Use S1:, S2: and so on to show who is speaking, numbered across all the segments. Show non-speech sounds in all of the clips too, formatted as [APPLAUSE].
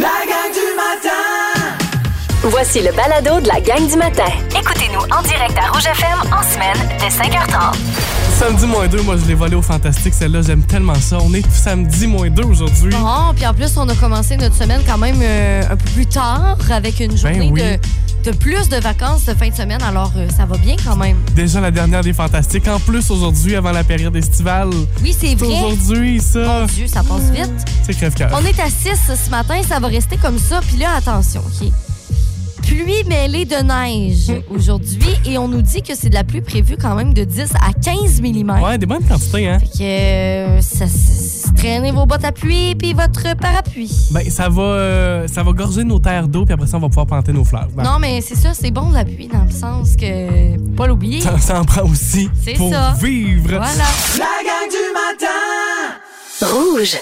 S1: La gang du matin
S2: Voici le balado de la gang du matin.
S3: Écoutez-nous en direct à Rouge FM en semaine de 5h30.
S4: Samedi moins 2, moi je l'ai volé au Fantastique, celle-là, j'aime tellement ça. On est samedi moins 2 aujourd'hui.
S5: Bon, Oh, puis en plus, on a commencé notre semaine quand même euh, un peu plus tard avec une journée
S4: Ben oui.
S5: de, de plus de vacances de fin de semaine, alors euh, ça va bien quand même.
S4: Déjà la dernière des Fantastiques, en plus aujourd'hui, avant la période estivale.
S5: Oui, c'est
S4: C'est
S5: vrai.
S4: aujourd'hui, ça.
S5: Mon Dieu, ça passe vite.
S4: C'est crève-cœur.
S5: On est à 6 ce matin, ça va rester comme ça. Puis là, attention, OK? Pluie mêlée de
S4: Hum.
S5: neige aujourd'hui et on nous dit que c'est de la pluie prévue quand même de 10 à 15 mm.
S4: Ouais, des bonnes quantités, hein.
S5: Fait que euh, ça, ça- traînez vos bottes à pluie puis votre parapluie.
S4: Ben, ça va, euh, ça va gorger nos terres d'eau, puis après ça, on va pouvoir planter nos fleurs. Ben,
S5: Non, mais c'est ça, c'est bon la pluie dans le sens que. faut Pas l'oublier.
S4: Ça, ça en prend aussi
S5: C'est
S4: pour
S5: ça.
S4: vivre.
S5: Voilà.
S1: La gang du matin
S2: Rouge.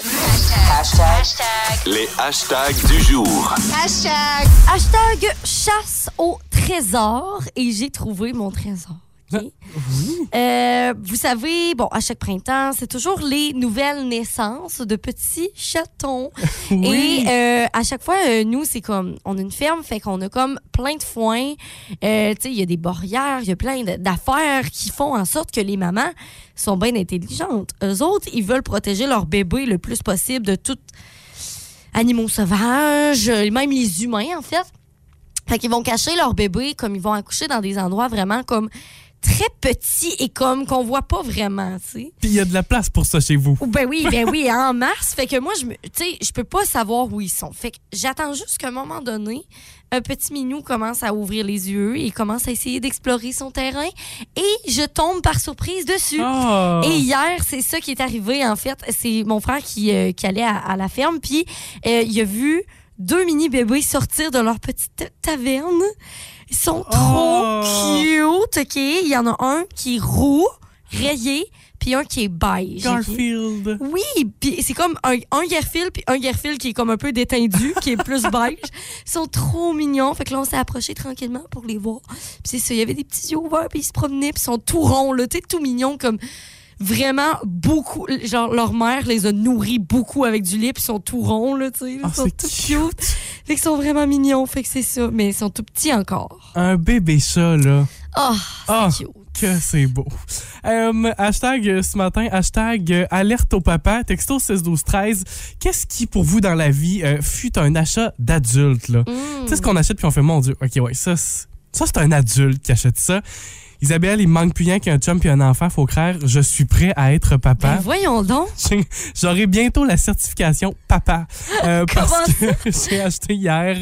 S6: Les hashtags du jour.
S5: Hashtag chasse au trésor et j'ai trouvé mon trésor. ok? Euh, vous savez, bon, à chaque printemps, c'est toujours les nouvelles naissances de petits chatons. Et euh, à chaque fois, euh, nous, c'est comme, on a une ferme, fait qu'on a comme plein de foins. Euh, tu sais, il y a des barrières, il y a plein de- d'affaires qui font en sorte que les mamans sont bien intelligentes. Eux autres, ils veulent protéger leur bébé le plus possible de toute animaux sauvages, euh, même les humains, en fait. Fait qu'ils vont cacher leur bébé, comme ils vont accoucher dans des endroits vraiment comme très petits et comme qu'on voit pas vraiment, tu sais.
S4: Puis il y a de la place pour ça chez vous.
S5: Ou ben oui, ben oui, en mars. Fait que moi, je me- tu sais, je peux pas savoir où ils sont. Fait que j'attends juste qu'à un moment donné, un petit minou commence à ouvrir les yeux et commence à essayer d'explorer son terrain et je tombe par surprise dessus.
S4: Ah.
S5: Et hier, c'est ça qui est arrivé, en fait. C'est mon frère qui, euh, qui allait à, à la ferme, puis euh, il a vu deux mini-bébés sortir de leur petite taverne. Ils sont trop cute, OK? Il y en a un qui est roux, rayé, puis un qui est beige. ok?
S4: Garfield.
S5: Oui, puis c'est comme un, un Garfield, puis un Garfield qui est comme un peu détendu, [LAUGHS] qui est plus beige. Ils sont trop mignons. Fait que là, on s'est approché tranquillement pour les voir. Puis c'est ça, il y avait des petits yeux ouverts, puis ils se promenaient, puis ils sont tout ronds, là, tu sais, tout mignons, comme vraiment beaucoup. Genre, leur mère les a nourris beaucoup avec du lait, puis ils sont tout ronds, là, tu sais.
S4: Ah,
S5: ils sont
S4: c'est
S5: tout cute. Fait qu'ils sont vraiment mignons, fait que c'est ça. Mais ils sont tout petits encore.
S4: Un bébé chat, là.
S5: Ah,
S4: Ah.
S5: c'est cute.
S4: Que c'est beau. Euh, hashtag euh, ce matin, hashtag euh, alerte au papa, texto 6 12 13 Qu'est-ce qui, pour vous, dans la vie, euh, fut un achat d'adulte? là?
S5: Hmm.
S4: Tu sais ce qu'on achète puis on fait, mon Dieu, OK, ouais, ça, c'est- ça c'est un adulte qui achète ça. Isabelle, il me manque plus rien qu'un chum puis un enfant, faut craire, je suis prêt à être
S5: Ben,
S4: papa.
S5: voyons donc.
S4: J'ai- J'aurai bientôt la certification papa euh, parce que [LAUGHS] j'ai acheté hier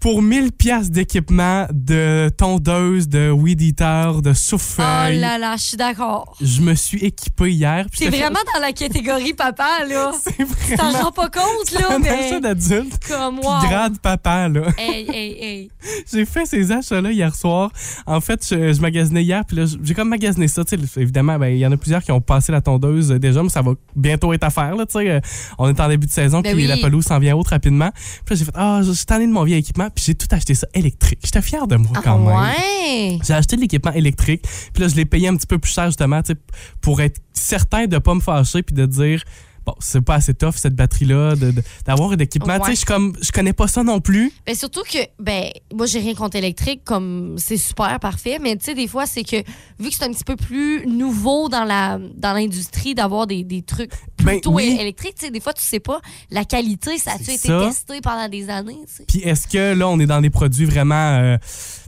S4: pour 1000 pièces d'équipement de tondeuse, de weed eater, de
S5: Oh
S4: souffle.
S5: là là, je suis d'accord.
S4: je me suis équipé hier. puis
S5: T'es
S4: j'étais
S5: vraiment dans la catégorie papa, [LAUGHS] là.
S4: fait- [LAUGHS] C'est
S5: T'en
S4: vraiment
S5: rends pas compte, là,
S4: un
S5: mais.
S4: achat d'adulte
S5: Comme
S4: puis
S5: moi.
S4: grade papa là. [LAUGHS]
S5: Hey, hey, hey.
S4: J'ai fait ces achats-là hier soir. En fait, je, je magasinais hier, puis là, j'ai comme magasiné ça. tu sais, Évidemment, ben, il y en a plusieurs qui ont passé la tondeuse euh, déjà, mais ça va bientôt être à faire. Là, tu sais, euh, on est en début de saison,
S5: Ben
S4: puis
S5: oui.
S4: la pelouse s'en vient haute rapidement. Puis là, j'ai fait, ah, je suis tanné de mon vieil équipement, puis j'ai tout acheté ça électrique. J'étais fier de moi quand même.
S5: Ah ouais.
S4: J'ai acheté de l'équipement électrique, puis là, je l'ai payé un petit peu plus cher, justement, tu sais, pour être certain de pas me fâcher, puis de dire, bon, c'est pas assez tough, cette batterie-là, de- de- d'avoir un équipement. Tu sais,
S5: Ouais.
S4: je suis comme, je connais pas ça non plus.
S5: Ben surtout que, ben, moi, j'ai rien contre électrique, comme c'est super parfait, mais tu sais, des fois, c'est que, vu que c'est un petit peu plus nouveau dans la dans l'industrie d'avoir des, des trucs
S4: Ben
S5: plutôt
S4: oui.
S5: é- électriques, tu sais, des fois, tu sais pas la qualité, ça a-tu
S4: C'est
S5: été
S4: ça.
S5: testé pendant des années, tu sais?
S4: Puis est-ce que là, on est dans des produits vraiment. euh,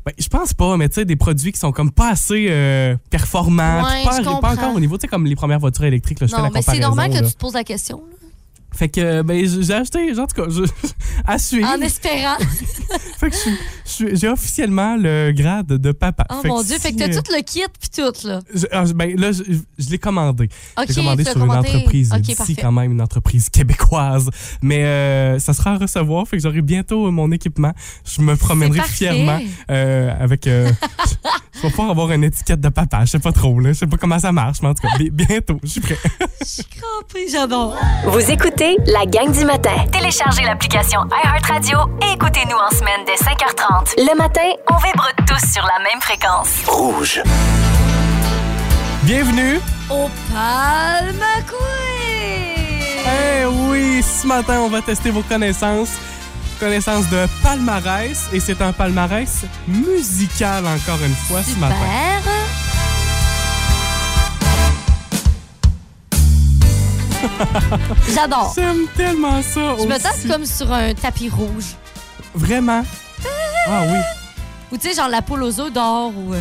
S4: ben, je pense pas, mais tu sais, des produits qui sont comme pas assez euh, performants.
S5: Ouais,
S4: puis pas,
S5: je
S4: pas
S5: comprends.
S4: encore au niveau, tu sais, comme les premières voitures électriques, là, je fais
S5: Non,
S4: la
S5: mais c'est
S4: comparaison,
S5: normal que
S4: là.
S5: tu te poses la question, là.
S4: Fait que, ben, j- j'ai acheté, en tout cas, je, [LAUGHS] à suivre. [LAUGHS]
S5: en espérant.
S4: Fait que je suis- je suis- j'ai officiellement le grade de papa.
S5: Oh
S4: Fait que
S5: mon Dieu,
S4: si,
S5: fait que t'as
S4: euh,
S5: tout le kit, puis tout, là.
S4: je- ah, je- ben, là, je, je l'ai commandé.
S5: OK,
S4: J'ai commandé
S5: tu l'as
S4: sur
S5: commandé.
S4: une entreprise
S5: OK,
S4: d'ici
S5: parfait.
S4: quand même, une entreprise québécoise. Mais euh, ça sera à recevoir, fait que j'aurai bientôt euh, mon équipement. Je me promènerai
S5: parfait.
S4: fièrement euh, avec... euh, [LAUGHS] je vais pouvoir avoir une étiquette de papa, je sais pas trop, là. je sais pas comment ça marche, mais en tout cas, bi- bientôt, je suis prêt. [LAUGHS]
S5: Je suis crampée, j'adore.
S2: Vous écoutez la gang du matin.
S3: Téléchargez l'application iHeartRadio et écoutez-nous en semaine dès 5h30.
S2: Le matin,
S3: On vibre tous sur la même fréquence.
S6: Rouge.
S4: Bienvenue!
S5: Au Palma Quiz!
S4: Eh oui, Et ce matin, on va tester vos connaissances. Connaissances de palmarès. Et c'est un palmarès musical, encore une fois, ce matin.
S5: Super.
S4: [LAUGHS]
S5: J'adore.
S4: J'aime tellement ça
S5: Je me
S4: aussi.
S5: tape comme sur un tapis rouge.
S4: Vraiment. Ah oui.
S5: Ou tu sais, genre la poule aux œufs d'or
S4: [LAUGHS]
S5: ou. euh,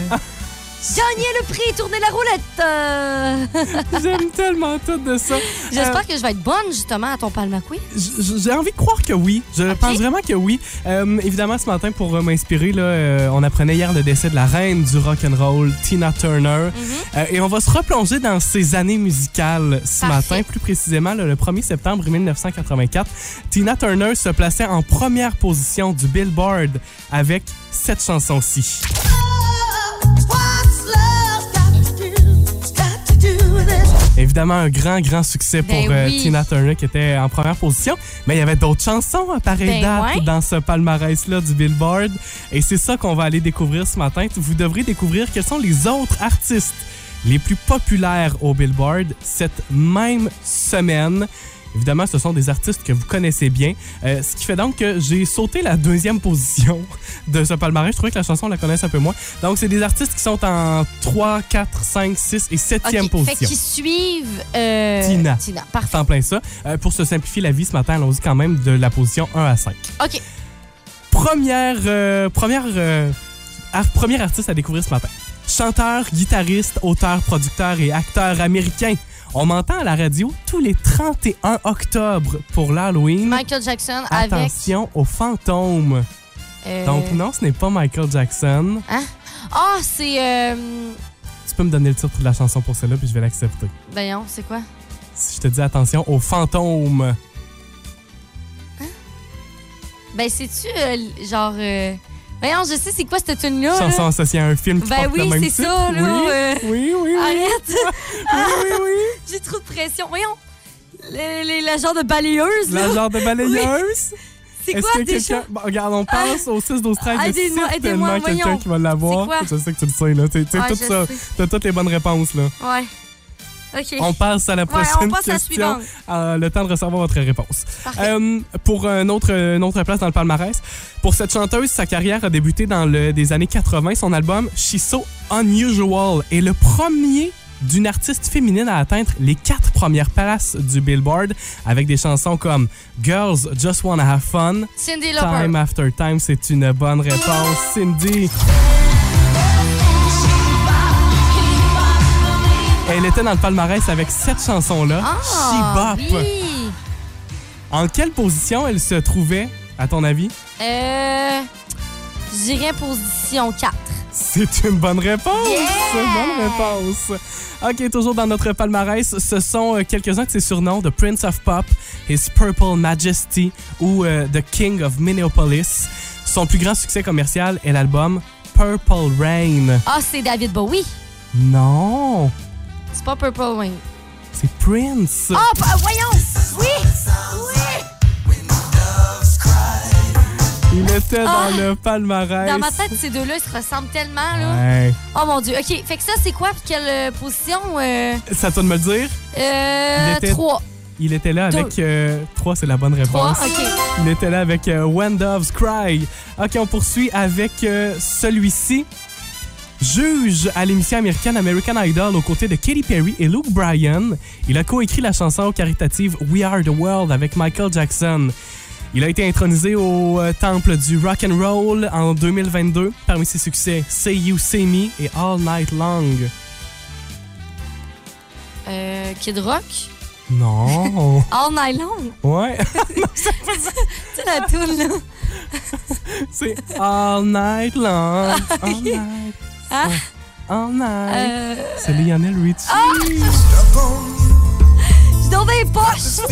S5: Gagnez le prix, tournez la roulette! euh. [LAUGHS]
S4: J'aime tellement tout de ça. Euh,
S5: J'espère que je vais être bonne justement à ton palmacoui.
S4: J- j- J'ai envie de croire que oui. Je pense vraiment que oui. Euh, évidemment, ce matin, pour euh, m'inspirer, là, euh, on apprenait hier le décès de la reine du rock and roll, Tina Turner.
S7: Mhm.
S4: Euh, et on va se replonger dans ses années musicales ce
S5: Parfait.
S4: matin. Plus précisément, là, le 1er septembre 1984, Tina Turner se plaçait en première position du Billboard avec cette chanson-ci.
S7: Oh, What's love got to do? Got to do with it.
S4: Évidemment, un grand, grand succès pour
S5: Ben
S4: euh,
S5: oui.
S4: Tina Turner qui était en première position. Mais il y avait d'autres chansons à pareille
S5: Ben
S4: date
S5: ouais.
S4: dans ce palmarès-là du Billboard. Et c'est ça qu'on va aller découvrir ce matin. Vous devrez découvrir quels sont les autres artistes les plus populaires au Billboard cette même semaine. Évidemment, ce sont des artistes que vous connaissez bien. Euh, ce qui fait donc que j'ai sauté la deuxième position de ce palmarès. Je trouvais que la chanson, on la connaisse un peu moins. Donc, c'est des artistes qui sont en 3, 4, 5, 6 et 7e
S5: Ok,
S4: position.
S5: Fait qu'ils suivent euh,
S4: Tina.
S5: Parfait.
S4: en plein ça. Euh, pour se simplifier la vie ce matin, allons-y quand même de la position 1 à 5.
S5: OK.
S4: Première, euh, première, euh, ar- premier artiste à découvrir ce matin. Chanteur, guitariste, auteur, producteur et acteur américain. On m'entend à la radio tous les 31 octobre pour l'Halloween.
S5: Michael Jackson avec.
S4: Attention aux fantômes.
S5: euh,
S4: Donc non, ce n'est pas Michael Jackson.
S5: Ah, c'est. Euh...
S4: Tu peux me donner le titre de la chanson pour celle-là, puis je vais l'accepter.
S5: Voyons, c'est quoi?
S4: Si je te dis attention aux fantômes.
S5: Ben, c'est-tu euh, l- genre. euh, Voyons, je sais c'est quoi cette tune-là. là?
S4: chanson associée à un film qui
S5: Ben
S4: porte le
S5: oui,
S4: même
S5: c'est
S4: titre.
S5: ça, là,
S4: Oui,
S5: euh,
S4: oui, oui, oui,
S5: Arrête! [LAUGHS]
S4: oui, oui, oui.
S5: J'ai trop de pression. Voyons! Le- le- la genre de balayeuse,
S4: La
S5: là.
S4: genre de balayeuse.
S5: C'est
S4: Est-ce
S5: quoi
S4: que
S5: déjà?
S4: quelqu'un... Bon, regarde, on passe au 6, 12, 13. Il y a
S5: Aidez-moi,
S4: certainement
S5: aidez-moi,
S4: quelqu'un
S5: voyons.
S4: qui va l'avoir.
S5: C'est
S4: Je
S5: quoi?
S4: sais que tu le sais, là. T'es- t'es
S5: Ouais,
S4: tout
S5: je
S4: ça.
S5: sais.
S4: T'as toutes les bonnes réponses, là.
S5: Ouais. OK.
S4: On passe à la
S5: Ouais,
S4: prochaine
S5: on passe à la
S4: question.
S5: suivante.
S4: Euh, le temps de recevoir votre réponse.
S5: Parfait.
S4: Euh, pour un autre- une autre place dans le palmarès, pour cette chanteuse, sa carrière a débuté dans le des années 80. Son album She's So Unusual est le premier d'une artiste féminine à atteindre les quatre premières places du Billboard avec des chansons comme Girls Just Wanna Have Fun,
S5: Cindy Lauper.
S4: Time After Time, c'est une bonne réponse, Cindy. Elle était dans le palmarès avec cette chanson-là,
S5: Ah,
S4: She Bop.
S5: oui.
S4: En quelle position elle se trouvait, à ton avis?
S5: Euh... Je dirais position 4.
S4: C'est une bonne réponse! Bonne réponse! Ok, toujours dans notre palmarès, ce sont euh, quelques-uns de ses surnoms de Prince of Pop, His Purple Majesty ou euh, The King of Minneapolis. Son plus grand succès commercial est l'album Purple Rain.
S5: Ah, c'est David Bowie.
S4: Non,
S5: C'est pas Purple Wing.
S4: c'est Prince.
S5: Ah, pa- voyons! Oui! Oui!
S4: Il était dans
S5: Ah!
S4: le palmarès.
S5: Dans ma tête, ces deux-là, ils se ressemblent tellement, là.
S4: Ouais.
S5: Oh mon Dieu. OK, fait que ça, c'est quoi? Puis quelle euh, position? Euh...
S4: Ça à toi de me le dire. Il
S5: euh
S4: était-
S5: 3.
S4: Il était là
S5: Deux.
S4: avec... 3, c'est la bonne
S5: 3,
S4: réponse.
S5: OK.
S4: Il était là avec euh, When Doves Cry. OK, on poursuit avec euh, celui-ci. Juge à l'émission américaine American Idol aux côtés de Katy Perry et Luke Bryan. Il a coécrit la chanson caritative We Are the World avec Michael Jackson. Il a été intronisé au euh, temple du rock and roll en 2022. Parmi ses succès, Say You Say Me et All Night Long.
S5: Euh, Kid Rock.
S4: Non.
S5: All Night Long. [LAUGHS]
S4: ouais.
S5: C'est la toune, là.
S4: C'est All Night Long. All Night.
S5: Ah.
S4: All Night.
S5: Euh...
S4: C'est Lionel Richie.
S5: Ah! Je dans les poches!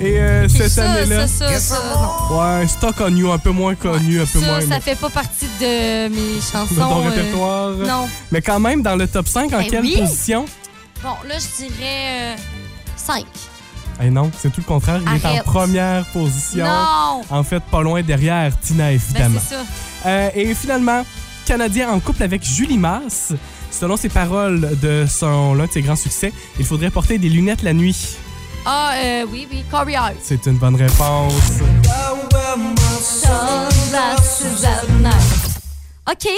S4: Et euh, cette
S5: ça,
S4: année-là,
S5: ça, ça, ça, non.
S4: ouais, Stock on You, un peu moins connu, un peu
S5: Ça,
S4: moins
S5: ça
S4: mais
S5: fait pas partie de mes chansons.
S4: de ton
S5: euh,
S4: répertoire.
S5: Non.
S4: Mais quand même, dans le top 5, en
S5: Ben
S4: quelle
S5: oui.
S4: position?
S5: Bon, là, je dirais euh, 5.
S4: Eh non, c'est tout le contraire. Il est en
S5: Arrête.
S4: première position.
S5: non!
S4: En fait, pas loin derrière Tina,
S5: Ben,
S4: évidemment.
S5: c'est ça.
S4: Euh, et finalement, Canadien en couple avec Julie Masse. Selon ses paroles de son l'un de ses grands succès, il faudrait porter des lunettes la nuit.
S5: Ah, euh, oui, oui, Corey Hart.
S4: C'est une bonne réponse.
S5: OK.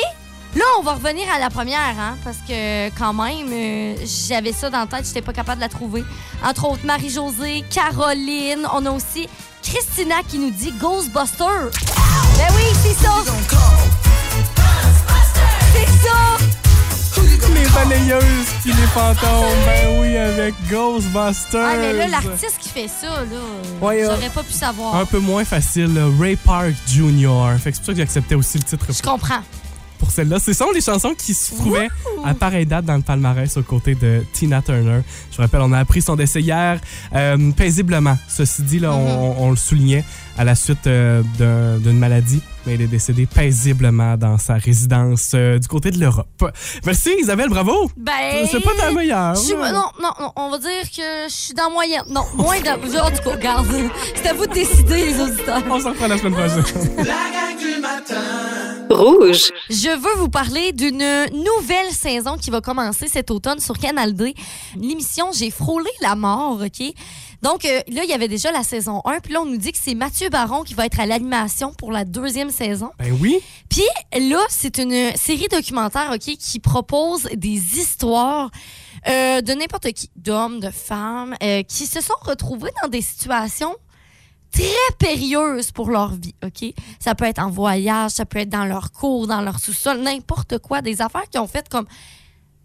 S5: Là, on va revenir à la première, hein, parce que quand même, euh, j'avais ça dans la tête, j'étais pas capable de la trouver. Entre autres, Marie-Josée, Caroline, on a aussi Christina qui nous dit Ghostbuster. Ben oui, c'est ça. C'est ça.
S4: Les balayeuses puis les fantômes, ben oui, avec Ghostbusters.
S5: Ah, mais là, l'artiste qui fait ça, là,
S4: Euh, Ouais, euh,
S5: j'aurais pas pu savoir.
S4: un peu moins facile, là, Ray Park Jr. Fait que c'est pour ça que j'acceptais aussi le titre
S5: Je comprends.
S4: pour celle-là. Ce sont les chansons qui se trouvaient à pareille date dans le palmarès aux côtés de Tina Turner. Je vous rappelle, on a appris son décès hier euh, paisiblement. Ceci dit,
S5: Mhm.
S4: là, on, on le soulignait à la suite euh, d'un- d'une maladie, mais elle est décédée paisiblement dans sa résidence euh, du côté de l'Europe. Merci Isabelle, bravo!
S5: Ben.
S4: C'est pas ta meilleure.
S5: Je suis-
S4: là.
S5: non, non, non, on va dire que je suis dans moyenne. Non, moins de. En tout cas, regarde. C'est à vous de décider, les auditeurs.
S4: On s'en reprend la semaine prochaine.
S1: La gang du matin.
S2: Rouge.
S5: Je veux vous parler d'une nouvelle saison qui va commencer cet automne sur Canal D. L'émission J'ai frôlé la mort, OK? Donc euh, là, il y avait déjà la saison 1, puis là, on nous dit que c'est Mathieu Baron qui va être à l'animation pour la deuxième saison.
S4: [LAUGHS] ben oui,
S5: Puis là, c'est une série documentaire, OK, qui propose des histoires euh, de n'importe qui, d'hommes, de femmes, euh, qui se sont retrouvés dans des situations très périlleuses pour leur vie, OK? Ça peut être en voyage, ça peut être dans leur cours, dans leur sous-sol, n'importe quoi, des affaires qui ont fait comme...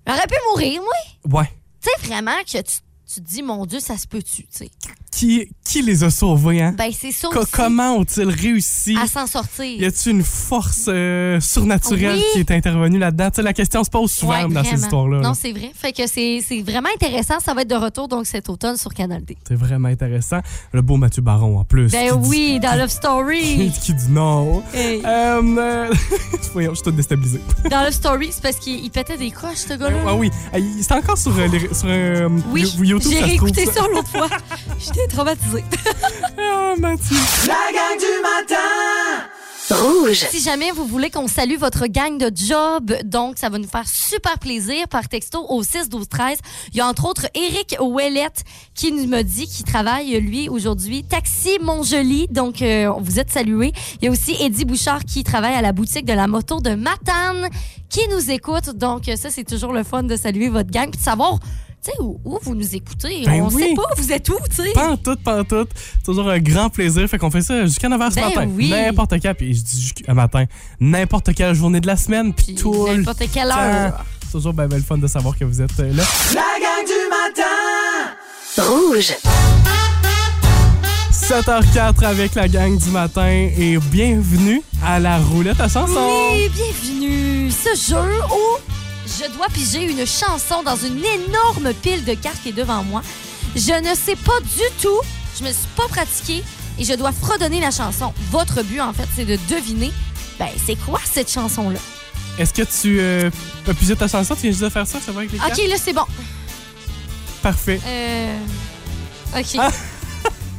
S5: J'aurais pu mourir, moi!
S4: ouais.
S5: Tu sais, vraiment que tu, tu te dis, mon Dieu, ça se peut-tu, tu sais?
S4: Qui, qui les a sauvés, hein?
S5: Ben, c'est ça
S4: Co-
S5: aussi, Ah,
S4: Comment ont-ils réussi?
S5: à s'en sortir.
S4: Y a-t-il une force euh, surnaturelle
S5: Oui.
S4: qui est intervenue là-dedans? Tu sais, la question se pose souvent
S5: Ouais,
S4: dans ces
S5: vraiment.
S4: histoires-là.
S5: Non,
S4: là.
S5: c'est vrai. Fait que c'est c'est vraiment intéressant. Ça va être de retour donc cet automne sur Canal D.
S4: C'est vraiment intéressant. Le beau Mathieu Baron en plus.
S5: Ben
S4: qui dit-
S5: oui, dans Love Story.
S4: [LAUGHS] qui dit non.
S5: Hey,
S4: Euh, euh, [LAUGHS] voyons, je suis tout déstabilisé.
S5: dans Love Story, c'est parce qu'il il pétait des coches, ce gars-là.
S4: Ah oui, euh, il- c'est encore sur, euh, les- sur euh,
S5: Oui,
S4: You- YouTube.
S5: j'ai
S4: ça se trouve,
S5: réécouté ça l'autre fois. [LAUGHS] J'étais traumatisée.
S4: Ah, Mathieu.
S1: La gang du matin.
S2: Rouge.
S5: Si jamais vous voulez qu'on salue votre gang de job, donc ça va nous faire super plaisir par texto au 6 12 13. Il y a entre autres Eric Ouellette qui nous- me dit qu'il travaille lui aujourd'hui taxi Montjoli. Donc euh, vous êtes salués. Il y a aussi Eddie Bouchard qui travaille à la boutique de la moto de Matane qui nous écoute. Donc euh, ça c'est toujours le fun de saluer votre gang puis de savoir tu sais, où, où vous nous écoutez.
S4: Ben
S5: On
S4: oui.
S5: sait pas, vous êtes où, tu sais.
S4: Pantoute, pantoute. C'est toujours un grand plaisir. Fait qu'on fait ça jusqu'à 9h ce
S5: Ben
S4: matin.
S5: oui.
S4: N'importe quel, puis je dis jusqu'à matin, n'importe quelle journée de la semaine, puis
S5: Puis
S4: tout le
S5: N'importe quelle
S4: temps.
S5: heure.
S4: C'est toujours ben, ben le fun de savoir que vous êtes euh, là.
S1: La gang du matin.
S2: Rouge.
S4: 7h04 avec la gang du matin et bienvenue à la roulette à chanson.
S5: Oui, bienvenue! Ce jeu où je dois piger une chanson dans une énorme pile de cartes qui est devant moi. Je ne sais pas du tout, je me suis pas pratiquée et je dois fredonner la chanson. Votre but, en fait, c'est de deviner, ben, c'est quoi cette chanson-là?
S4: Est-ce que tu euh, as pigé ta chanson? Tu viens juste de faire ça, c'est vrai avec les
S5: OK,
S4: cartes?
S5: là, c'est bon.
S4: Parfait.
S5: Euh... OK.
S4: Ah.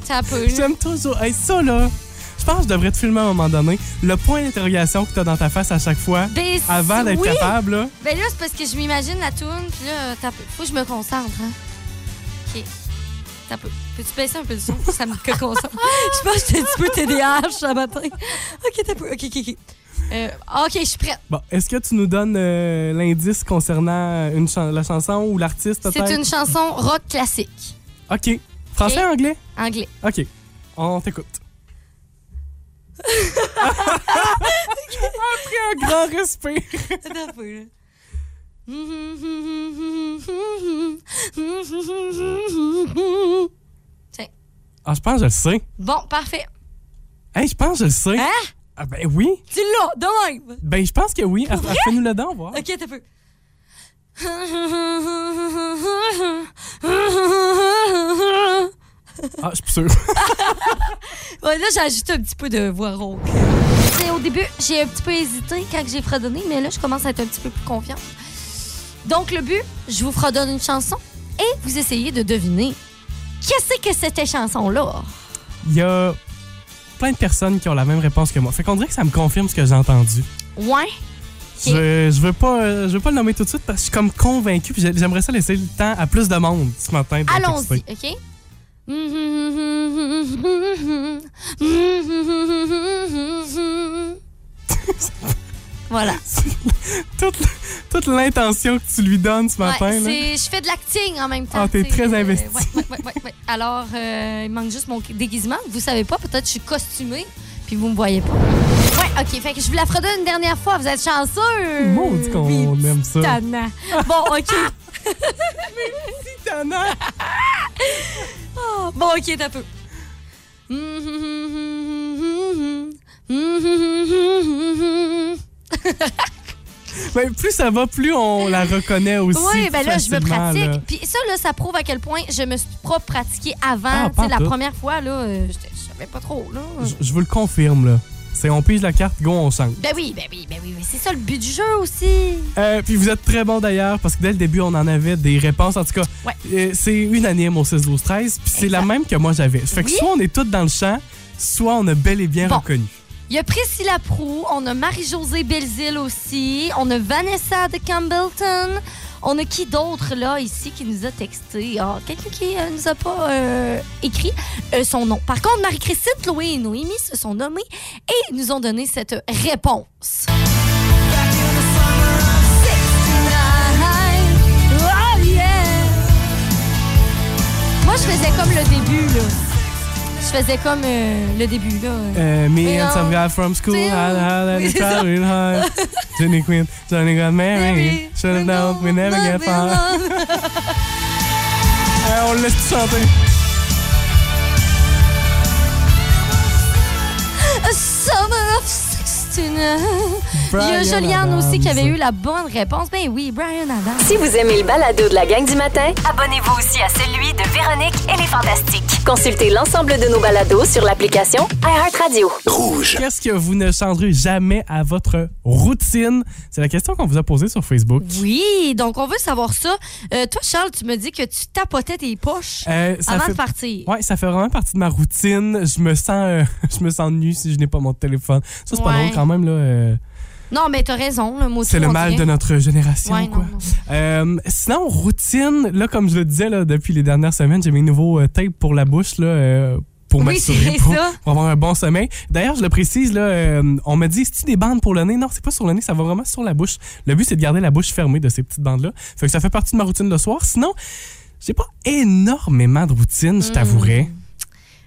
S5: Ça peut.
S4: [LAUGHS] J'aime toujours. Hey, ça là, je pense que je devrais te filmer à un moment donné. Le point d'interrogation que t'as dans ta face à chaque fois,
S5: Ben,
S4: avant d'être
S5: oui.
S4: capable, là.
S5: Ben là, c'est parce que je m'imagine la toune, puis là, euh, t'as peu. Faut que je me concentre, hein. OK. T'as peu. Peux-tu baisser un peu le son? Ça me [LAUGHS] concentre. je pense que j'étais un petit peu TDAH ce matin. OK, t'as peu. OK, OK, OK. Euh, OK, je suis prête.
S4: Bon, est-ce que tu nous donnes euh, l'indice concernant une chan- la chanson ou l'artiste peut-être?
S5: C'est une chanson rock classique.
S4: OK. Français,
S5: Ok.
S4: anglais?
S5: Anglais.
S4: OK. On t'écoute. Après un grand respect.
S5: [LAUGHS] Attends un peu, là.
S4: Ah, je pense que je le sais.
S5: Bon, parfait.
S4: Hey, je pense que je le sais.
S5: Hein?
S4: Ah, ben oui.
S5: Tu l'as, de même.
S4: Ben, je pense que oui. Ah, Fais-nous le don, voir.
S5: Ok, t'as peu.
S4: Ah, je suis sûr. [LAUGHS]
S5: Ouais, là, j'ai ajouté un petit peu de voix rauque. Tu sais, Au début, j'ai un petit peu hésité quand j'ai fredonné, mais là, je commence à être un petit peu plus confiante. Donc, le but, je vous fredonne une chanson et vous essayez de deviner qu'est-ce que c'était chanson-là.
S4: Il y a plein de personnes qui ont la même réponse que moi. Fait qu'on dirait que ça me confirme ce que j'ai entendu.
S5: Ouais,
S4: Je, je veux pas, euh, je veux pas le nommer tout de suite parce que je suis comme convaincu. Puis j'ai- j'aimerais ça laisser le temps à plus de monde ce matin. de
S5: Allons-y,
S4: texter.
S5: OK? [LAUGHS]
S4: [LAUGHS]
S5: voilà.
S4: Toute, toute l'intention que tu lui donnes ce matin.
S5: Ouais,
S4: là.
S5: c'est- je fais de l'acting en même temps.
S4: Ah, t'es
S5: tu sais,
S4: très
S5: euh,
S4: investie.
S5: ouais, ouais, ouais, ouais. Alors, euh, il manque juste mon déguisement. Vous savez pas, peut-être que je suis costumée, puis vous me voyez pas. Ouais, OK. Fait que je vous la fredonne une dernière fois. Vous êtes chanceux.
S4: Maudit qu'on
S5: Oui,
S4: aime ça.
S5: tannant. Bon,
S4: [LAUGHS]
S5: OK.
S4: Tannant.
S5: Bon, OK, t'as peu.
S4: Ben, plus ça va, plus on la reconnaît aussi.
S5: Oui,
S4: plus
S5: ben là, je me
S4: facilement,
S5: pratique.
S4: là.
S5: Puis ça, là, ça prouve à quel point je me suis pas pratiquée
S4: Ah,
S5: avant. Tu
S4: pas
S5: sais, la
S4: tout.
S5: première fois, là, euh, j'étais- je savais pas trop, là.
S4: Je, je vous le confirme, là. C'est on pige la carte, go, on chante.
S5: Ben oui, ben oui, ben oui. mais C'est ça le but du jeu aussi.
S4: Euh, puis vous êtes très bon d'ailleurs, parce que dès le début, on en avait des réponses. En tout cas,
S5: Ouais.
S4: euh, c'est unanime au 6, 12, 13. Puis c'est la même que moi j'avais. Fait que
S5: Oui.
S4: soit on est toutes dans le champ, soit on a bel et bien
S5: Bon.
S4: reconnu.
S5: Il y a Priscilla Prou, on a Marie-Josée Belzile aussi, on a Vanessa de Campbellton. On a qui d'autre, là, ici, qui nous a texté? Ah, Quelqu'un qui euh, nous a pas euh, écrit euh, son nom. Par contre, Marie-Christine, Chloé et Noémie se sont nommées et nous ont donné cette réponse. Oh, yeah! Moi, je faisais comme le début, là. Je faisais comme euh, le début, là.
S4: Euh, me
S5: Mais
S4: and some
S5: on-
S4: guy from school, I
S5: T'sais,
S4: had
S5: on-
S4: a
S5: [LAUGHS] Oui, c'est ça.
S4: little high. Johnny Quinn, Johnny got married. Should have known we never get far. Euh, on le laisse tout chanter. [LAUGHS]
S5: A Summer of 69. Il y a
S4: Brian
S5: Juliane aussi qui avait
S4: Adams.
S5: eu la bonne réponse. Ben oui, Brian Adams.
S8: Si vous aimez le balado de la gang du matin,
S3: Abonnez-vous aussi à celui de Véronique et les Fantastiques.
S8: consultez l'ensemble de nos balados sur l'application iHeartRadio.
S6: Rouge.
S4: Qu'est-ce que vous ne changerez jamais à votre routine? C'est la question qu'on vous a posée sur Facebook.
S5: Oui, donc on veut savoir ça. Euh, toi, Charles, tu me dis que tu tapotais tes poches
S4: Euh, ça
S5: avant
S4: fait-
S5: de partir.
S4: Ouais, ça fait vraiment partie de ma routine. Je me sens, euh, [LAUGHS] je me sens nu si je n'ai pas mon téléphone. Ça c'est pas
S5: Ouais.
S4: drôle quand même là. euh,
S5: Non, mais t'as raison. là, moi aussi,
S4: c'est le
S5: on
S4: mal de
S5: dirait.
S4: notre génération
S5: Ouais, non,
S4: quoi.
S5: non.
S4: Euh, sinon routine, là comme je le disais là depuis les dernières semaines, j'ai mes nouveaux euh, tapes pour la bouche là. euh, pour
S5: Oui,
S4: mettre sur
S5: c'est
S4: les peaux,
S5: ça.
S4: pour avoir un bon sommeil. D'ailleurs, je le précise, là, euh, on me dit, c'est-tu des bandes pour le nez? Non, c'est pas sur le nez, ça va vraiment sur la bouche. Le but, c'est de garder la bouche fermée de ces petites bandes-là. Fait que ça fait partie de ma routine le soir. Sinon, j'ai pas énormément de routine,
S5: Hmm.
S4: je t'avouerais.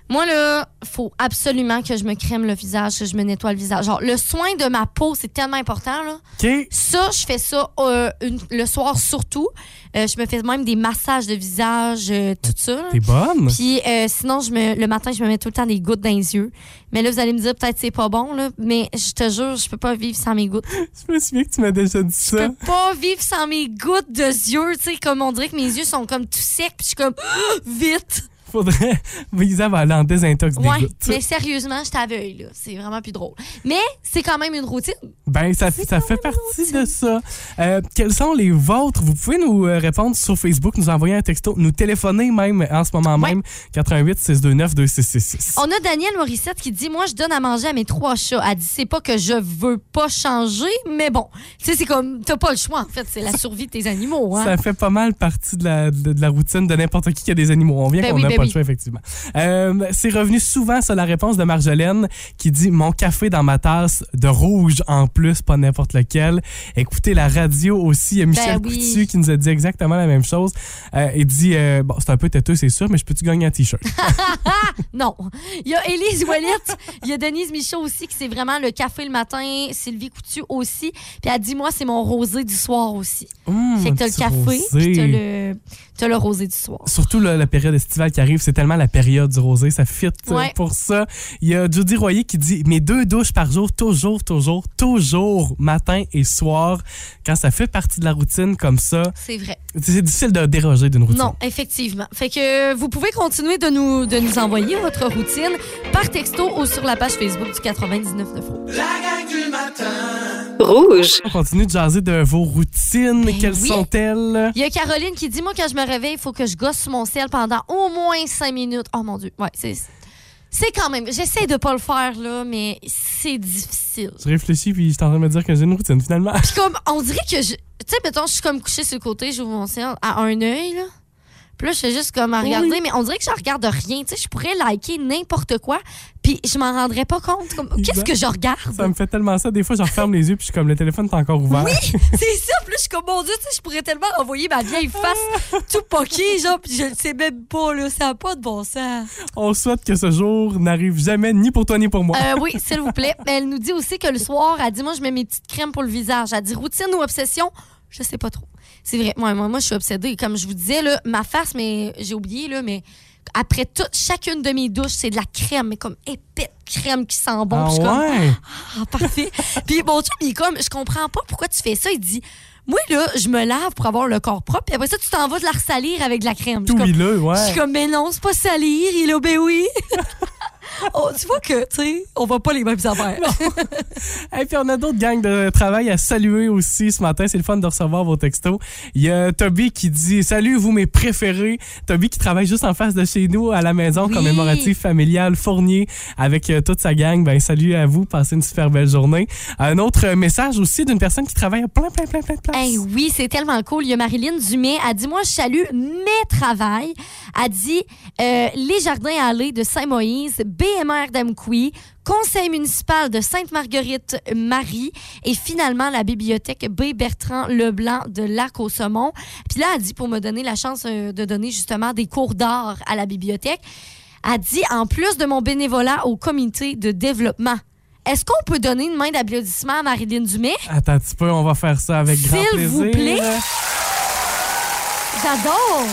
S5: Moi, là, faut absolument que je me crème le visage, que je me nettoie le visage. Genre, le soin de ma peau, c'est tellement important, là.
S4: OK?
S5: Ça, je fais ça euh, une- le soir surtout. Euh, je me fais même des massages de visage, euh, tout ça. là.
S4: T'es bonne?
S5: Puis euh, sinon, je me, le matin, je me mets tout le temps des gouttes dans les yeux. Mais là, vous allez me dire peut-être c'est pas bon, là, mais je te jure, je peux pas vivre sans mes gouttes.
S4: Je me souviens que tu m'as déjà dit ça.
S5: Je peux pas vivre sans mes gouttes de yeux, tu sais, comme on dirait que mes yeux sont comme tout secs, puis je suis comme Ah! vite.
S4: Faudrait. [LAUGHS] Isa va aller en désintox des
S5: Ouais,
S4: gouttes.
S5: mais sérieusement, je t'aveugle, là. C'est vraiment plus drôle. Mais c'est quand même une routine.
S4: Ben, ça, ça fait partie de ça. Euh, quels sont les vôtres? Vous pouvez nous euh, répondre sur Facebook, nous envoyer un texto, nous téléphoner même en ce moment
S5: Ouais.
S4: même. 88 629 2666.
S5: On a Daniel Morissette qui dit Moi, je donne à manger à mes trois chats. Elle dit C'est pas que je veux pas changer, mais bon. Tu sais, c'est comme. T'as pas le choix, en fait. C'est la survie de tes animaux, hein.
S4: Ça fait pas mal partie de la, de, de la routine de n'importe qui qui a des animaux. On vient
S5: Ben
S4: qu'on
S5: oui,
S4: n'a
S5: ben
S4: pas
S5: oui.
S4: le choix, effectivement. Euh, c'est revenu souvent sur la réponse de Marjolaine qui dit Mon café dans ma tasse, de rouge en plus, pas n'importe lequel. Écoutez la radio aussi. Il y a Michel
S5: Ben oui.
S4: Coutu qui nous a dit exactement la même chose. Euh, il dit euh, Bon, c'est un peu têteux, c'est sûr, mais je peux-tu gagner un t-shirt
S5: Non. Il y a Élise Wallet, il y a Denise Michaud aussi, qui c'est vraiment le café le matin, Sylvie Coutu aussi. Puis elle dit, moi, c'est mon rosé du soir aussi.
S4: Hum,
S5: [LAUGHS] fait que t'as le
S4: petit
S5: café,
S4: rosé.
S5: puis t'as le, t'as le rosé du soir.
S4: Surtout là, la période estivale qui arrive, c'est tellement la période du rosé, ça fit euh,
S5: Ouais.
S4: pour ça. Il y a Judy Royer qui dit mes deux douches par jour, toujours, toujours, toujours, matin et soir. Quand ça fait partie de la routine comme ça,
S5: C'est vrai.
S4: c'est difficile de déroger d'une routine.
S5: Non, effectivement. Fait que vous pouvez continuer de nous, de nous envoyer votre routine par texto ou sur la page Facebook du 99 euros.
S1: La gang du matin.
S8: Rouge.
S4: On continue de jaser de vos routines.
S5: Ben
S4: Quelles
S5: oui.
S4: sont-elles?
S5: Il y a Caroline qui dit, moi, quand je me réveille, il faut que je gosse sur mon ciel pendant au moins cinq minutes. Oh mon Dieu. Ouais, c'est. C'est quand même. J'essaie de pas le faire, là, mais c'est difficile. difficile.
S4: Je réfléchis, puis je suis en train de me dire que j'ai une routine, finalement. [LAUGHS]
S5: Puis comme, on dirait que je. Tu sais, mettons, je suis comme couchée sur le côté, j'ouvre mon ciel à un œil, là. Puis là, je suis juste comme à regarder, mais on dirait que je regarde rien. Tu sais, je pourrais liker n'importe quoi, puis je m'en rendrais pas compte. Comme, qu'est-ce que je regarde?
S4: Ça me fait tellement ça. Des fois, je referme les yeux, puis je suis comme, le téléphone est encore ouvert.
S5: C'est ça, puis là, je suis comme, mon Dieu, tu sais, je pourrais tellement envoyer ma vieille face
S4: [LAUGHS]
S5: tout poquée, genre, puis je le sais même pas, là, ça n'a pas de bon sens.
S4: On souhaite que ce jour n'arrive jamais, ni pour toi, ni pour moi.
S5: Euh, oui, s'il vous plaît. Mais elle nous dit aussi que le soir, elle dit, moi, je mets mes petites crèmes pour le visage. Elle dit, routine ou obsession, je sais pas trop. C'est vrai, moi, moi, moi, je suis obsédée. Comme je vous disais, là, ma face, mais j'ai oublié, là, mais après toute, chacune de mes douches, c'est de la crème, mais comme épais de crème qui sent bon.
S4: ah
S5: Puis je suis comme,
S4: ouais?
S5: ah, parfait. Puis mon chum, il est comme, je comprends pas pourquoi tu fais ça. Il dit, moi, là, je me lave pour avoir le corps propre. Puis après ça, tu t'en vas de la ressalir avec de la crème.
S4: Tout
S5: Je suis comme,
S4: huileux,
S5: je
S4: ouais.
S5: suis comme, mais non, c'est pas salir. Il a, ben oui. [LAUGHS] Oh, tu vois que, tu sais, on voit pas les mêmes affaires.
S4: Et puis on a d'autres gangs de travail à saluer aussi ce matin. C'est le fun de recevoir vos textos. Il y a Toby qui dit Salut, vous mes préférés. Toby qui travaille juste en face de chez nous à la maison
S5: Oui.
S4: commémorative familiale Fournier avec euh, toute sa gang. Ben salut à vous, passez une super belle journée. Un autre euh, message aussi d'une personne qui travaille à plein plein plein plein de places.
S5: Hey, oui, c'est tellement cool. Il y a Marilyn Dumais. Elle dit Moi, je salue mes travails. Elle dit euh, Les jardins allées de Saint-Moïse, BMR d'Amqui, Conseil municipal de Sainte-Marguerite-Marie et finalement la bibliothèque B. Bertrand Leblanc de Lac au Saumon. Puis là, elle dit Pour me donner la chance euh, de donner justement des cours d'art à la bibliothèque, elle dit En plus de mon bénévolat au comité de développement. Est-ce qu'on peut donner une main d'applaudissement à Marilyn Dumais?
S4: Attends un petit peu, on va faire ça avec grand plaisir.
S5: S'il vous plaît. J'adore!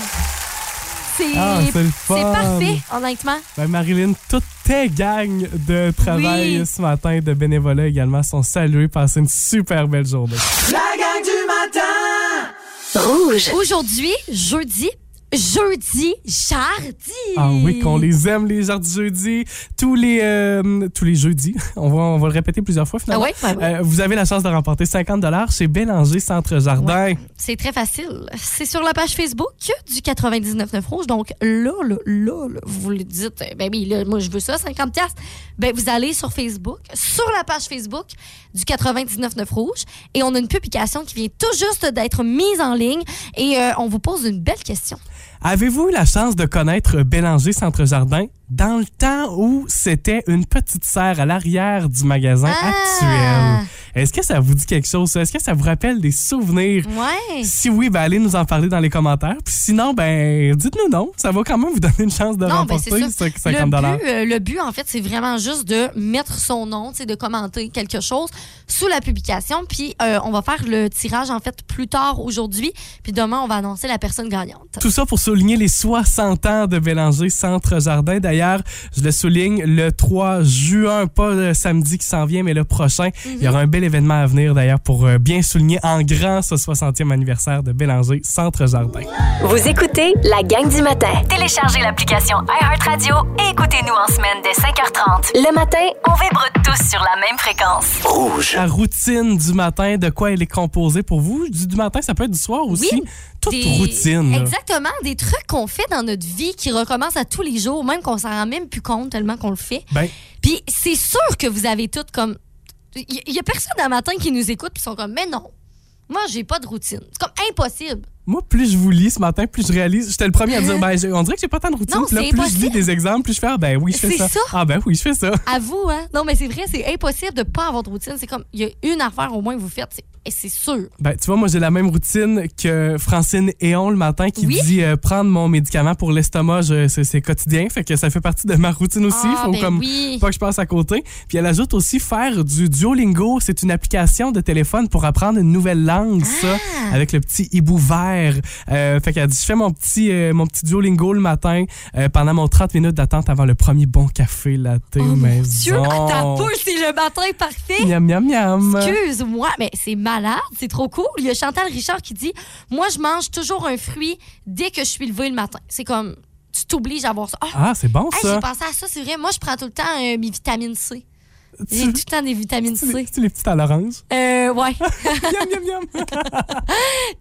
S5: C'est
S4: Ah, c'est le fun.
S5: c'est parfait, honnêtement.
S4: Ben, Marilyn, toutes tes gangs de travail
S5: Oui.
S4: ce matin, de bénévolat également, sont salués. Passez une super belle journée.
S1: La gang du matin
S2: rouge,
S5: Aujourd'hui, jeudi, jeudi, jardi.
S4: Ah oui, qu'on les aime, les jardins du jeudi. Tous les, euh, tous les jeudis. [LAUGHS] On va, on va le répéter plusieurs fois
S5: Ah
S4: finalement.
S5: ouais, ouais, ouais.
S4: Euh, vous avez la chance de remporter 50 chez Bélanger Centre Jardin.
S5: C'est très facile. C'est sur la page Facebook du 99.9 Rouge. Donc là, là, là, là, vous le dites, euh, ben oui, là, moi je veux ça, 50 piastres. Ben vous allez sur Facebook, sur la page Facebook du 99.9 Rouge. Et on a une publication qui vient tout juste d'être mise en ligne. Et euh, on vous pose une belle question.
S4: Avez-vous eu la chance de connaître Bélanger Centre Jardin dans le temps où c'était une petite serre à l'arrière du magasin
S5: Ah!
S4: actuel? Est-ce que ça vous dit quelque chose? ça? Est-ce que ça vous rappelle des souvenirs?
S5: Ouais.
S4: Si oui, ben allez nous en parler dans les commentaires. Puis sinon, ben dites-nous non. Ça va quand même vous donner une chance de
S5: Non, ben,
S4: remporter
S5: c'est ça.
S4: ce 50
S5: Le but, euh, le but, en fait, c'est vraiment juste de mettre son nom, tu sais, de commenter quelque chose sous la publication. Puis euh, on va faire le tirage, en fait, plus tard aujourd'hui. Puis demain, on va annoncer la personne gagnante.
S4: Tout ça pour souligner les 60 ans de Bélanger Centre Jardin. D'ailleurs, je le souligne le 3 juin, pas le samedi qui s'en vient, mais le prochain. Il y aura un bel événement à venir d'ailleurs pour euh, bien souligner en grand ce 60e anniversaire de Bélanger Centre Jardin.
S8: Vous écoutez la gang du matin.
S3: Téléchargez l'application iHeartRadio et écoutez-nous en semaine dès 5h30.
S8: Le matin,
S3: On vibre tous sur la même fréquence.
S6: Rouge.
S4: La routine du matin, de quoi elle est composée pour vous? Du, du matin, ça peut être du soir aussi.
S5: Oui,
S4: Toute
S5: Des-
S4: routine. là.
S5: Exactement, des trucs qu'on fait dans notre vie qui recommencent à tous les jours, même qu'on s'en rend même plus compte tellement qu'on le fait.
S4: Ben,
S5: Puis c'est sûr que vous avez toutes comme. Il y, y a personne un matin qui nous écoute puis sont comme, mais non, moi, j'ai pas de routine. C'est comme impossible.
S4: Moi, plus je vous lis ce matin, plus je réalise. J'étais le premier à dire, ben, j'ai- on dirait que j'ai pas tant de routine.
S5: Non,
S4: Puis là,
S5: c'est
S4: plus je lis
S5: impossible.
S4: des exemples, plus je fais, ah, ben oui, je fais
S5: C'est
S4: ça.
S5: ça.
S4: Ah, ben oui, je fais ça.
S5: À vous, hein? Non, mais c'est vrai, c'est impossible de pas avoir de routine. C'est comme, il y a une affaire au moins que vous faites, c'est- et c'est sûr.
S4: Ben, tu vois, moi, j'ai la même routine que Francine Héon le matin qui
S5: Oui.
S4: dit euh, prendre mon médicament pour l'estomac, je- c'est c'est quotidien. Fait que ça fait partie de ma routine aussi.
S5: Ah,
S4: Faut
S5: ben
S4: comme
S5: oui.
S4: pas que je passe à côté. Puis elle ajoute aussi faire du Duolingo. C'est une application de téléphone pour apprendre une nouvelle langue, ça,
S5: Ah.
S4: avec le petit hibou vert. Euh, fait qu'elle dit, je fais mon petit, euh, mon petit Duolingo le matin euh, pendant mon 30 minutes d'attente avant le premier bon café latte
S5: Oh mon
S4: maison.
S5: Dieu, attends un peu, c'est le matin parfait.
S4: Miam, miam, miam.
S5: Excuse-moi, mais c'est malade, c'est trop cool. Il y a Chantal Richard qui dit Moi, je mange toujours un fruit dès que je suis levée le matin. C'est comme, tu t'obliges à avoir ça. Ah,
S4: Ah, c'est bon,
S5: hey,
S4: ça.
S5: j'ai pensé à ça, c'est vrai. Moi, je prends tout le temps euh, mes vitamines C. J'ai tout le temps des
S4: [LAUGHS]
S5: vitamines C.
S4: C'est les petites à l'orange.
S5: Euh, ouais.
S4: Miam, miam, miam.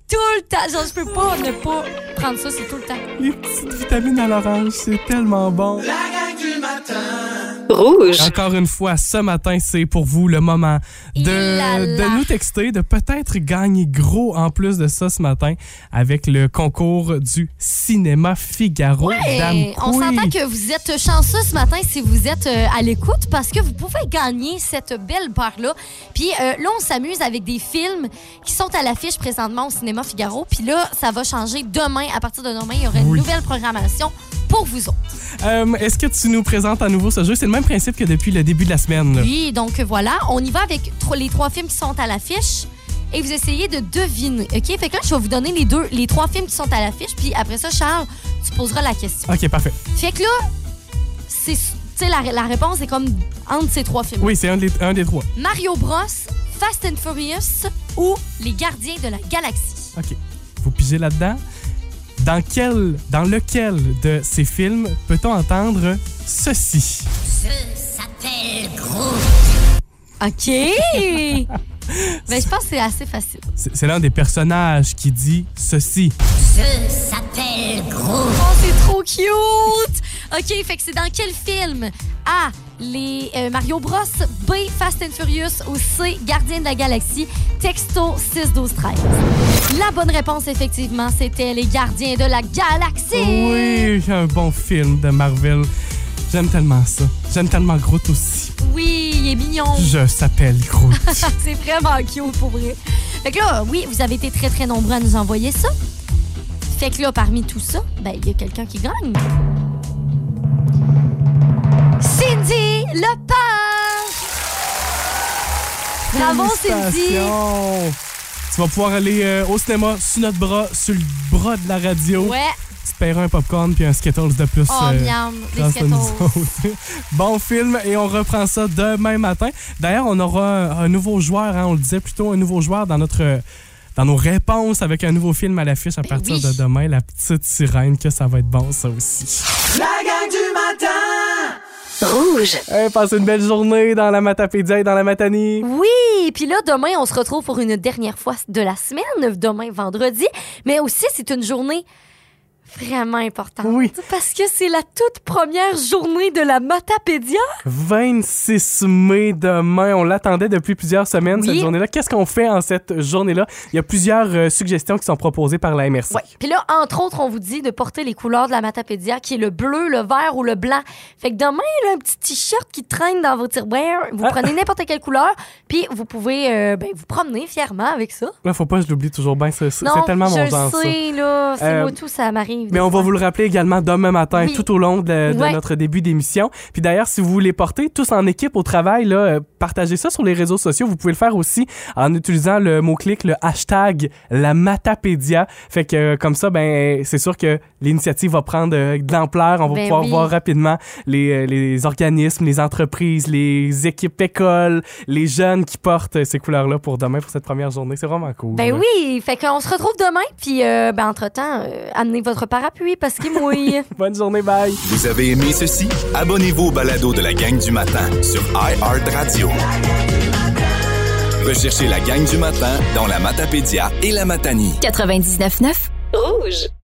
S5: tout le temps. Genre, je peux pas ne pas prendre ça, c'est tout le temps.
S4: Les petites vitamines à l'orange, c'est tellement bon.
S1: La gang du matin
S2: Rouge.
S4: Encore une fois, ce matin, c'est pour vous le moment de,
S5: Il a la-
S4: de nous texter, de peut-être gagner gros en plus de ça ce matin avec le concours du cinéma Figaro. Dame
S5: Hey, on
S4: Coué.
S5: s'entend que vous êtes chanceux ce matin si vous êtes euh, à l'écoute parce que vous pouvez gagner cette belle paire-là. Puis euh, là, on s'amuse avec des films qui sont à l'affiche présentement au Cinéma Figaro. Puis là, ça va changer demain. À partir de demain, il y aura une
S4: Oui.
S5: nouvelle programmation pour vous autres.
S4: Euh, Est-ce que tu nous présentes à nouveau ce jeu? C'est le même principe que depuis le début de la semaine. là.
S5: Oui, donc euh, voilà, on y va avec tro- les trois films qui sont à l'affiche et vous essayez de deviner. OK? Fait que là, je vais vous donner les deux, les trois films qui sont à l'affiche. Puis après ça, Charles, tu poseras la question.
S4: OK, parfait.
S5: Fait que là, c'est. Tu sais, la, la réponse est comme entre ces trois films.
S4: Oui, c'est un, des- un des trois.
S5: Mario Bros, Fast and Furious ou Les Gardiens de la Galaxie.
S4: OK. Vous pigez là-dedans. Dans, quel, dans lequel de ces films peut-on entendre ceci?
S5: OK! [LAUGHS] ben, je pense que c'est assez facile.
S4: C'est c'est l'un des personnages qui dit ceci.
S5: Oh, c'est trop cute! OK, fait que c'est dans quel film? A. Les euh, Mario Bros. B. Fast and Furious ou C. Gardiens de la Galaxie. Texto 6 12 13. La bonne réponse, effectivement, c'était Les Gardiens de la Galaxie!
S4: Oui, un bon film de Marvel. J'aime tellement ça. J'aime tellement Groot aussi.
S5: Oui, il est mignon.
S4: Je s'appelle Groot.
S5: C'est vraiment cute pour vrai. Fait que là, oui, vous avez été très très nombreux à nous envoyer ça. Fait que là, parmi tout ça, ben il y a quelqu'un qui gagne. Cindy Lepage! [LAUGHS] Bravo Cindy!
S4: Félicitations. Tu vas pouvoir aller euh, au cinéma sur notre bras, sur le bras de la radio.
S5: Ouais,
S4: Tu te paieras un popcorn puis un Skittles de plus.
S5: oh
S4: euh,
S5: miam, les
S4: grâce à nous [LAUGHS]
S5: Skittles.
S4: autres. bon film et on reprend ça demain matin. D'ailleurs, on aura un, un nouveau joueur, hein, on le disait plutôt, un nouveau joueur dans notre euh, dans nos réponses avec un nouveau film à l'affiche à partir
S5: Ben oui.
S4: de demain, La Petite Sirène, que ça va être bon ça aussi.
S1: La gang du matin!
S2: Rouge.
S4: Hey, passez une belle journée dans la Matapédia et dans la Matanie.
S5: Oui, puis là, demain, on se retrouve pour une dernière fois de la semaine, demain vendredi, mais aussi c'est une journée vraiment importante.
S4: Oui.
S5: Parce que c'est la toute première journée de la Matapédia.
S4: 26 mai demain, on l'attendait depuis plusieurs semaines
S5: Oui.
S4: cette journée-là. Qu'est-ce qu'on fait en cette journée-là Il y a plusieurs euh, suggestions qui sont proposées par la MRC.
S5: Ouais. Puis là, entre autres, on vous dit de porter les couleurs de la Matapédia, qui est le bleu, le vert ou le blanc. Fait que demain, là, un petit t-shirt qui traîne dans vos tiroirs, vous
S4: Ah.
S5: prenez n'importe quelle couleur, puis vous pouvez euh, ben, vous promener fièrement avec ça.
S4: Là, faut pas que je l'oublie toujours bien. C'est c'est
S5: Non,
S4: tellement
S5: je
S4: mon
S5: le
S4: genre ça.
S5: sais, là. C'est
S4: Euh,
S5: moi tout, ça m'arrive.
S4: Mais
S5: des
S4: on va
S5: fois.
S4: vous le rappeler également demain matin,
S5: Oui.
S4: tout au long de, de
S5: Ouais.
S4: notre début d'émission. Puis d'ailleurs, si vous voulez porter tous en équipe au travail, là, euh, partagez ça sur les réseaux sociaux. Vous pouvez le faire aussi en utilisant le mot-clic, le hashtag la Matapédia. Fait que euh, comme ça, ben c'est sûr que l'initiative va prendre euh, de l'ampleur. On va
S5: Ben
S4: pouvoir
S5: oui.
S4: voir rapidement les, euh, les organismes, les entreprises, les équipes écoles, les jeunes qui portent euh, ces couleurs-là pour demain, pour cette première journée. C'est vraiment cool.
S5: Ben oui, fait qu'on se retrouve demain, puis euh, ben, entre-temps, euh, amenez votre parapluie parce qu'il
S4: [LAUGHS]
S5: mouille.
S4: Bonne journée, bye!
S6: Vous avez aimé ceci? Abonnez-vous au balado de la gang du matin sur iHeartRadio. Recherchez la gang du matin dans la Matapédia et la Matanie.
S8: 99.9.
S2: Rouge.